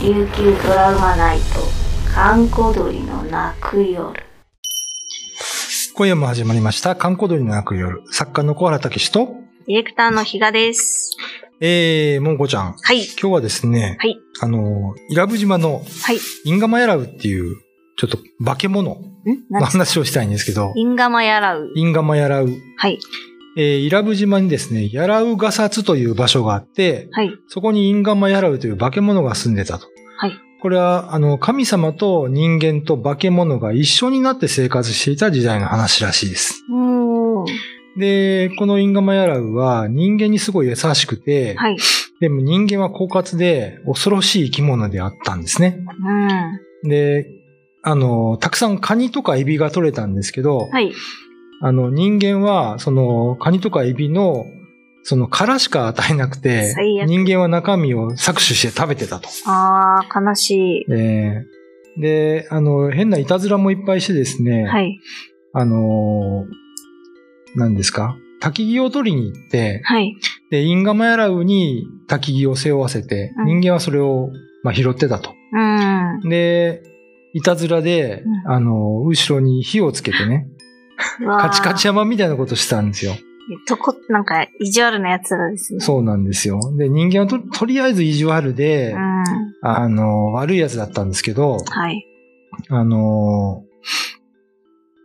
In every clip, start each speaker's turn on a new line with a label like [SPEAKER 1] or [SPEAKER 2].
[SPEAKER 1] 琉球ドラマナイト観光鳥の泣く夜
[SPEAKER 2] 今夜も始まりました、観光鳥の泣く夜。作家の小原武史と、
[SPEAKER 1] ディレクターの比嘉です
[SPEAKER 2] えー、もんこちゃん。
[SPEAKER 1] はい
[SPEAKER 2] 今日はですね、
[SPEAKER 1] はい
[SPEAKER 2] あの、伊良部島の
[SPEAKER 1] はい
[SPEAKER 2] インガマヤラウっていう、ちょっと化け物の
[SPEAKER 1] なん
[SPEAKER 2] 話をしたいんですけど、
[SPEAKER 1] インガマヤラウ
[SPEAKER 2] インガマヤラウ。
[SPEAKER 1] はい
[SPEAKER 2] えー、伊良部島にですね、ヤラウガサツという場所があって、
[SPEAKER 1] はい
[SPEAKER 2] そこにインガマヤラウという化け物が住んでたと。
[SPEAKER 1] はい
[SPEAKER 2] これは、あの、神様と人間と化け物が一緒になって生活していた時代の話らしいです。
[SPEAKER 1] おー
[SPEAKER 2] で、このインガマヤラウは人間にすごい優しくて、
[SPEAKER 1] はい
[SPEAKER 2] でも人間は狡猾で恐ろしい生き物であったんですね。
[SPEAKER 1] うん
[SPEAKER 2] で、あの、たくさんカニとかエビが取れたんですけど、
[SPEAKER 1] はい
[SPEAKER 2] あの、人間は、その、カニとかエビの、その殻しか与えなくて
[SPEAKER 1] 最、悪
[SPEAKER 2] 人間は中身を搾取して食べてたと。
[SPEAKER 1] あー悲し
[SPEAKER 2] えーで、あの、変ないたずらもいっぱいしてですね、
[SPEAKER 1] いはい
[SPEAKER 2] あのー、何ですか焚き木を取りに行って、
[SPEAKER 1] はい
[SPEAKER 2] で、インガマヤラウに焚き木を背負わせて、
[SPEAKER 1] うん
[SPEAKER 2] 人間はそれを、まあ、拾ってたと。
[SPEAKER 1] うん
[SPEAKER 2] で、いたずらで、
[SPEAKER 1] うん
[SPEAKER 2] あの、後ろに火をつけてね、カチカチ
[SPEAKER 1] や
[SPEAKER 2] 山みたいなことしてたんですよ。
[SPEAKER 1] とこなんか意地悪なやつらですね
[SPEAKER 2] そうなんですよ。で、人間はととりあえず意地悪で、
[SPEAKER 1] うん
[SPEAKER 2] あの、悪いやつだったんですけど、
[SPEAKER 1] はい
[SPEAKER 2] あの、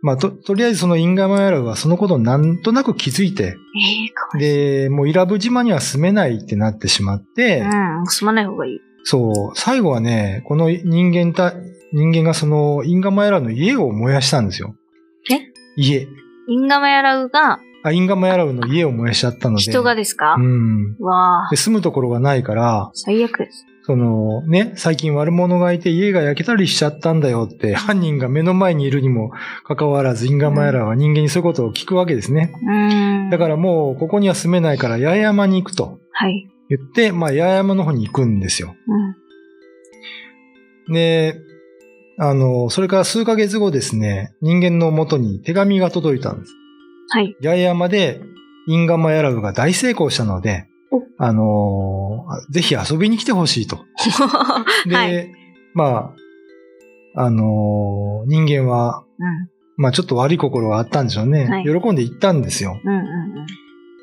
[SPEAKER 2] まあ、と、とりあえずそのインガマヤラウはそのことをなんとなく気づいて、
[SPEAKER 1] えーかわいい
[SPEAKER 2] で、もうイラブ島には住めないってなってしまって、
[SPEAKER 1] うんすまない方がいい
[SPEAKER 2] そう、最後はね、この人間た、人間がそのインガマヤラウの家を燃やしたんですよ。
[SPEAKER 1] え
[SPEAKER 2] 家。
[SPEAKER 1] インガマヤラウが
[SPEAKER 2] あ、インガマヤラウの家を燃やしちゃったので。
[SPEAKER 1] 人がですか、
[SPEAKER 2] うん。
[SPEAKER 1] わあ
[SPEAKER 2] で、住むところがないから、
[SPEAKER 1] 最悪です。
[SPEAKER 2] そのね、最近悪者がいて家が焼けたりしちゃったんだよって、犯人が目の前にいるにもかかわらず、インガマヤラウは人間にそういうことを聞くわけですね。
[SPEAKER 1] うーん。
[SPEAKER 2] だからもう、ここには住めないから、八重山に行くと
[SPEAKER 1] はい。
[SPEAKER 2] 言って、まあ、八重山の方に行くんですよ。
[SPEAKER 1] うん。
[SPEAKER 2] で、あの、それから数ヶ月後ですね、人間の元に手紙が届いたんです。
[SPEAKER 1] はい。
[SPEAKER 2] 八重山でインガマヤラウが大成功したので
[SPEAKER 1] お、
[SPEAKER 2] あのーぜひ遊びに来てほしいと。で、
[SPEAKER 1] はい
[SPEAKER 2] まあ、あのー人間は、まあちょっと悪い心があったんでしょうね。
[SPEAKER 1] はい
[SPEAKER 2] 喜んで行ったんですよ。
[SPEAKER 1] うん。うんうん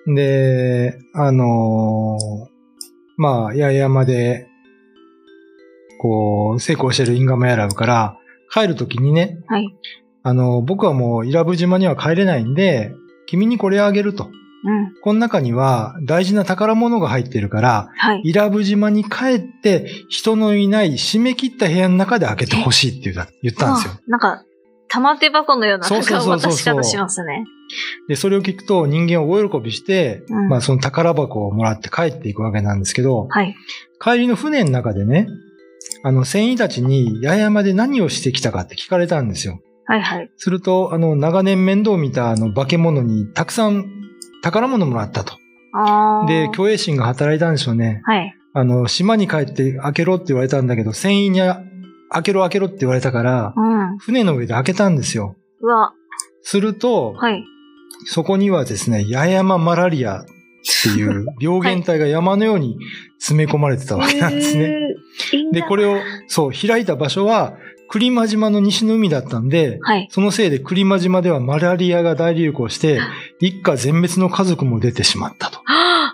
[SPEAKER 1] うん。
[SPEAKER 2] で、あのーまあ、八重山で、こう、成功してるインガマヤラブから、帰るときにね、
[SPEAKER 1] はい。
[SPEAKER 2] あの、僕はもう伊良部島には帰れないんで、君にこれあげると。
[SPEAKER 1] うん。
[SPEAKER 2] この中には大事な宝物が入ってるから、
[SPEAKER 1] はい。
[SPEAKER 2] 伊良部島に帰って、人のいない締め切った部屋の中で開けてほしいって言った言ったんですよ
[SPEAKER 1] あ。なんか、玉手箱のような、
[SPEAKER 2] そうそうそうそう
[SPEAKER 1] なんか渡し方しますね。
[SPEAKER 2] で、それを聞くと人間は大喜びして、
[SPEAKER 1] うん
[SPEAKER 2] まあその宝箱をもらって帰っていくわけなんですけど、
[SPEAKER 1] はい。
[SPEAKER 2] 帰りの船の中でね、あの、船員たちに八重山で何をしてきたかって聞かれたんですよ。
[SPEAKER 1] はいはい。
[SPEAKER 2] すると、あの、長年面倒見たあの化け物にたくさん宝物もらったと。
[SPEAKER 1] あー
[SPEAKER 2] で、虚栄心が働いたんでしょうね。
[SPEAKER 1] はい。
[SPEAKER 2] あの、島に帰って開けろって言われたんだけど、船員にあ開けろ開けろって言われたから
[SPEAKER 1] う、ん。
[SPEAKER 2] 船の上で開けたんですよ。
[SPEAKER 1] うわ、
[SPEAKER 2] すると、
[SPEAKER 1] はい。
[SPEAKER 2] そこにはですね、八重山マラリアって いう病原体が山のように詰め込まれてたわけなんですね。
[SPEAKER 1] えー。いいんだ
[SPEAKER 2] で、これを、そう、開いた場所は、栗間島の西の海だったんで、
[SPEAKER 1] はい。
[SPEAKER 2] そのせいで栗間島ではマラリアが大流行して、一家全滅の家族も出てしまったと。
[SPEAKER 1] は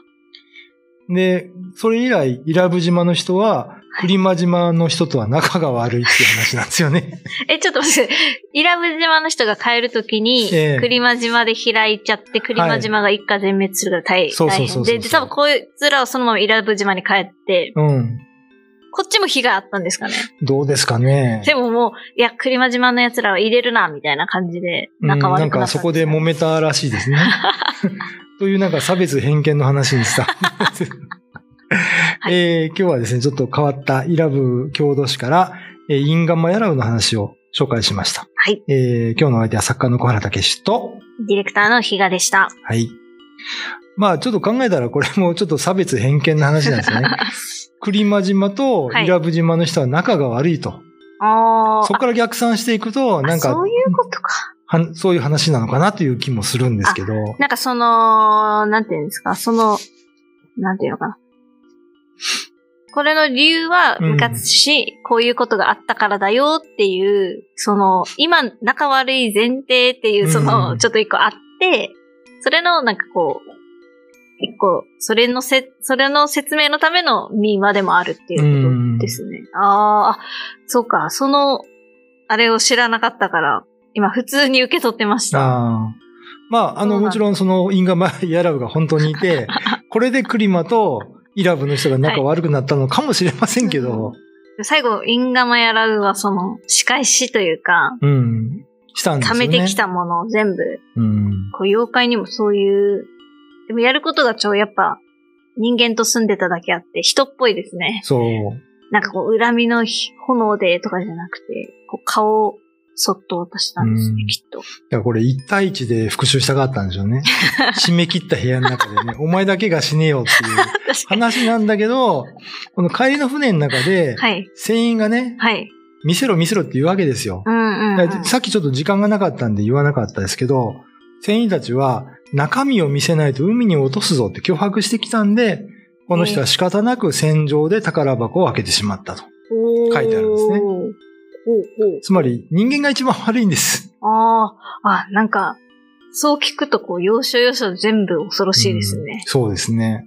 [SPEAKER 2] で、それ以来、伊良部島の人は、栗間島の人とは仲が悪いっていう話なんですよね。
[SPEAKER 1] ぁえ、ちょっと待って、伊良部島の人が帰るときに、
[SPEAKER 2] ええ
[SPEAKER 1] 栗間島で開いちゃって、栗間島が一家全滅するから大
[SPEAKER 2] そう
[SPEAKER 1] 大
[SPEAKER 2] そうそうそ
[SPEAKER 1] 変。
[SPEAKER 2] うそう
[SPEAKER 1] で、で多分こいつらをそのまま伊良部島に帰って、
[SPEAKER 2] うん。
[SPEAKER 1] こっちも被害あったんですかね。
[SPEAKER 2] どうですかね。
[SPEAKER 1] でももう、いや、栗間島の奴らは入れるな、みたいな感じで、
[SPEAKER 2] うん
[SPEAKER 1] 仲悪く
[SPEAKER 2] な
[SPEAKER 1] な
[SPEAKER 2] んか
[SPEAKER 1] った
[SPEAKER 2] そこで揉
[SPEAKER 1] も
[SPEAKER 2] めたらし いですね。というなんか差別偏見の話にした。
[SPEAKER 1] はい
[SPEAKER 2] えー今日はですね、ちょっと変わったイラブ郷土史から、えーインガマヤラウの話を紹介しました。
[SPEAKER 1] はい。
[SPEAKER 2] えー今日のお相手は作家の小原武史と、
[SPEAKER 1] ディレクターの比嘉でした。
[SPEAKER 2] はい。まあちょっと考えたらこれもちょっと差別偏見の話なんです よね。栗間島とイラブ島の人は仲が悪いと。
[SPEAKER 1] あー
[SPEAKER 2] そこから逆算していくと、
[SPEAKER 1] あ
[SPEAKER 2] なんか
[SPEAKER 1] そういうことか。
[SPEAKER 2] はそういう話なのかなという気もするんですけど。
[SPEAKER 1] なんかその、なんていうんですか、その、なんていうのかな。これの理由は、
[SPEAKER 2] うん
[SPEAKER 1] 部活し、こういうことがあったからだよっていう、その、今、仲悪い前提っていう、その、
[SPEAKER 2] うん
[SPEAKER 1] ちょっと一個あって、それの、なんかこう、一個、それのせ、それの説明のためのミーマでもあるっていうことですね。ああ、そうか、その、あれを知らなかったから、今、普通に受け取ってました。
[SPEAKER 2] ああ。まあ、あ
[SPEAKER 1] そうな
[SPEAKER 2] の、
[SPEAKER 1] んだ
[SPEAKER 2] もちろんその、インガマイアラブが本当に いて、これでクリマとイラブの人が仲悪くなったのかもしれませんけど、
[SPEAKER 1] 最後、インガマヤラウは、その、仕返しというか、
[SPEAKER 2] うん。したんです
[SPEAKER 1] 貯
[SPEAKER 2] よね。
[SPEAKER 1] めてき。たものを全部、
[SPEAKER 2] うん。
[SPEAKER 1] こう妖怪にもそういう、でもやることが超やっぱ人間と住んでただけあって人っぽいですね。
[SPEAKER 2] そう。
[SPEAKER 1] なんかこう恨みの火炎でとかじゃなくて、こう顔をそっと渡したんですね、
[SPEAKER 2] うん
[SPEAKER 1] きっと。
[SPEAKER 2] だからこれ1対1で復讐したかったんでしょ うね。締め切った部屋の中でね、お前だけが死ねよっていう
[SPEAKER 1] 確かに。
[SPEAKER 2] 話なんだけど、この帰りの船の中で、
[SPEAKER 1] はい。
[SPEAKER 2] 船員がね、
[SPEAKER 1] はい。
[SPEAKER 2] 見せろ見せろって言うわけですよ。
[SPEAKER 1] うんうん、うん。
[SPEAKER 2] だからさっきちょっと時間がなかったんで言わなかったですけど、船員たちは中身を見せないと海に落とすぞって脅迫してきたんで、この人は仕方なく船上で宝箱を開けてしまったと。
[SPEAKER 1] 書
[SPEAKER 2] 書いてあるんですね
[SPEAKER 1] おーおー
[SPEAKER 2] つまり人間が一番悪いんです。
[SPEAKER 1] おーああ、あ、なんか、そう聞くとこう、要所要所全部恐ろしいです
[SPEAKER 2] うん
[SPEAKER 1] ね。
[SPEAKER 2] そうですね。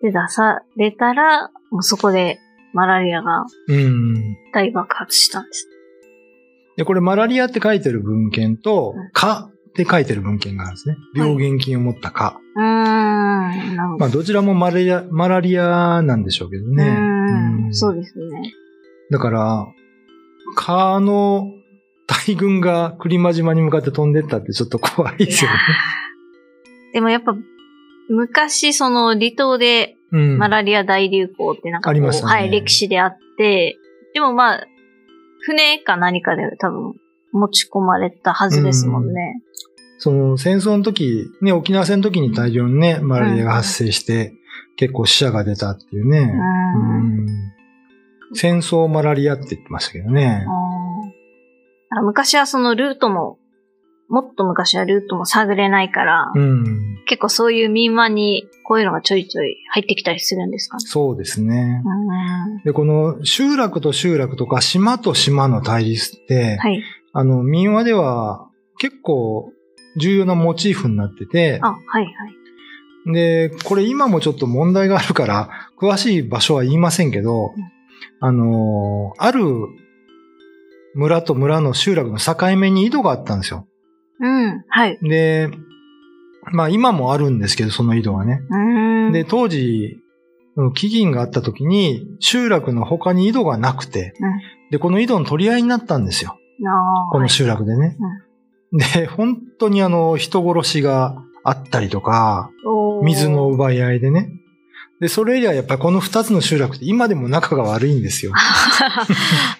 [SPEAKER 1] で、出されたら、もうそこでマラリアが
[SPEAKER 2] うん。
[SPEAKER 1] 大爆発したんです。
[SPEAKER 2] で、これマラリアって書いてる文献と
[SPEAKER 1] うん、
[SPEAKER 2] 蚊って書いてる文献があるんですね。病原菌を持った蚊。
[SPEAKER 1] うーん、なるほ
[SPEAKER 2] ま
[SPEAKER 1] ど。
[SPEAKER 2] あ、どちらもマラリア、マラリアなんでしょうけどね。
[SPEAKER 1] うー
[SPEAKER 2] うん
[SPEAKER 1] ん、そうですね。
[SPEAKER 2] だから、蚊の大群が栗間島に向かって飛んでったってちょっと怖いで
[SPEAKER 1] い
[SPEAKER 2] す
[SPEAKER 1] や
[SPEAKER 2] よね。
[SPEAKER 1] ーでもやっぱ、昔、その離島で
[SPEAKER 2] うん。
[SPEAKER 1] マラリア大流行ってなんかこう、
[SPEAKER 2] ありましたね
[SPEAKER 1] はい、歴史であって、でもまあ、船か何かで多分持ち込まれたはずですもんね。
[SPEAKER 2] その戦争の時、ね、沖縄戦の時に大量にね、マラリアが発生して、結構死者が出たっていうね
[SPEAKER 1] う。ん。
[SPEAKER 2] うん戦争マラリアって言ってましたけどね。
[SPEAKER 1] あーあ昔はそのルートも、もっと昔はルートも探れないから、
[SPEAKER 2] うん。
[SPEAKER 1] 結構そういう民話にこういうのがちょいちょい入ってきたりするんですかね。
[SPEAKER 2] そうですね
[SPEAKER 1] う。ん。
[SPEAKER 2] で、この集落と集落とか島と島の対立って、
[SPEAKER 1] はい。
[SPEAKER 2] あの、民話では結構重要なモチーフになってて、
[SPEAKER 1] あ、はいはい。
[SPEAKER 2] で、これ今もちょっと問題があるから、詳しい場所は言いませんけど
[SPEAKER 1] うん、
[SPEAKER 2] あのーある村と村の集落の境目に井戸があったんですよ。
[SPEAKER 1] うん。はい。
[SPEAKER 2] で、まあ今もあるんですけど、その井戸はね。
[SPEAKER 1] うーん。
[SPEAKER 2] で、当時、その飢饉があった時に、集落の他に井戸がなくて、
[SPEAKER 1] うん
[SPEAKER 2] で、この井戸の取り合いになったんですよ。
[SPEAKER 1] なあ
[SPEAKER 2] この集落でね。で、本当にあの、人殺しがあったりとか、
[SPEAKER 1] おー
[SPEAKER 2] 水の奪い合いでね。で、それ以来やっぱりこの二つの集落って今でも仲が悪いんですよ。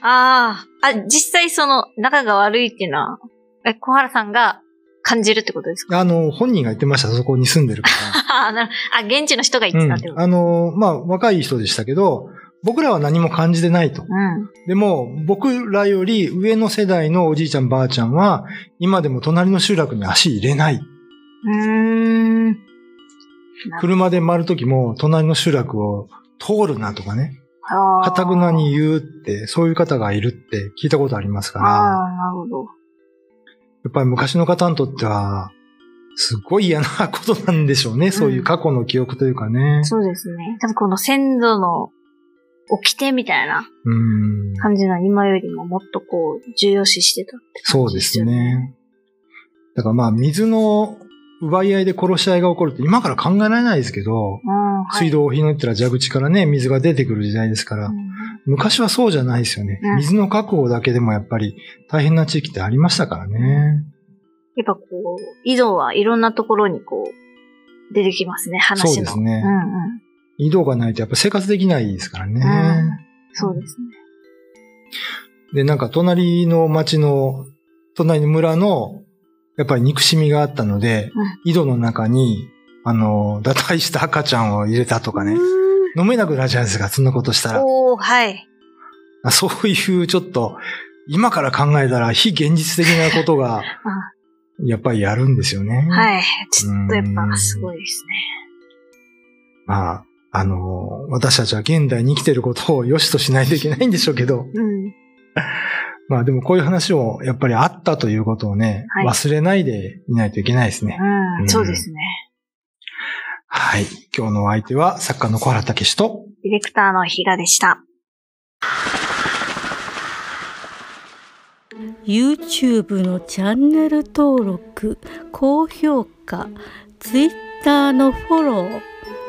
[SPEAKER 1] ああ。あ、実際その仲が悪いっていうのは、え、小原さんが感じるってことですか
[SPEAKER 2] あの、本人が言ってました、そこに住んでるか
[SPEAKER 1] あ、なるあ、現地の人が言
[SPEAKER 2] ら。
[SPEAKER 1] ってた
[SPEAKER 2] うん
[SPEAKER 1] ってこ。と
[SPEAKER 2] あの、まあ、若い人でしたけど、僕らは何も感じてないと。
[SPEAKER 1] うん。
[SPEAKER 2] でも、僕らより上の世代のおじいちゃんばあちゃんは、今でも隣の集落に足入れない。
[SPEAKER 1] うーん。
[SPEAKER 2] 車で回る時も、隣の集落を通るなとかね、
[SPEAKER 1] あ
[SPEAKER 2] か
[SPEAKER 1] あ。
[SPEAKER 2] たくなに言うって、そういう方がいるって聞いたことありますから。
[SPEAKER 1] ああ、なるほど。
[SPEAKER 2] やっぱり昔の方にとっては、すごい嫌なことなんでしょうね。そういう過去の記憶というかね。
[SPEAKER 1] そうですね。多分この先祖の掟みたいな
[SPEAKER 2] うん。
[SPEAKER 1] 感じの今よりももっとこう重要視してたって
[SPEAKER 2] そ
[SPEAKER 1] 感
[SPEAKER 2] う
[SPEAKER 1] じ
[SPEAKER 2] で
[SPEAKER 1] です
[SPEAKER 2] す
[SPEAKER 1] よね。
[SPEAKER 2] ね。だからまあ、水の奪い合いで殺し合いが起こるって今から考えられないですけど、
[SPEAKER 1] うん。はい
[SPEAKER 2] 水道をひねったら蛇口からね、水が出てくる時代ですから、
[SPEAKER 1] うん
[SPEAKER 2] 昔はそうじゃないですよね
[SPEAKER 1] うん。
[SPEAKER 2] 水の確保だけでもやっぱり大変な地域ってありましたからね。
[SPEAKER 1] やっぱこう、井戸はいろんなところにこう、出てきますね、話の。
[SPEAKER 2] そうですね
[SPEAKER 1] うんうん。
[SPEAKER 2] 井戸がないとやっぱ生活できないですからね。
[SPEAKER 1] うんそうですね。
[SPEAKER 2] で、なんか隣の町の、隣の村の、やっぱり憎しみがあったので、
[SPEAKER 1] うん
[SPEAKER 2] 井戸の中に、あの、堕胎した赤ちゃんを入れたとかね。飲めなくなるじゃないですか、そんなことしたら。
[SPEAKER 1] おー、はい。
[SPEAKER 2] あそういうちょっと、今から考えたら非現実的なこと が、やっぱりやるんですよね。
[SPEAKER 1] はい。ちょっとやっ
[SPEAKER 2] う
[SPEAKER 1] ぱ
[SPEAKER 2] ん
[SPEAKER 1] すごいですね。
[SPEAKER 2] まあ、あの、私たちは現代に生きてることを良しとしないといけないんでしょうけど、
[SPEAKER 1] うん。
[SPEAKER 2] まあでもこういう話をやっぱりあったということをね、
[SPEAKER 1] はい
[SPEAKER 2] 忘れないでいないといけないですね。
[SPEAKER 1] うん。そうですね。
[SPEAKER 2] はい。今日のお相手は作家の小原武史と、
[SPEAKER 1] ディレクターのヒガでした。
[SPEAKER 3] YouTube のチャンネル登録高評価 Twitter のフォロ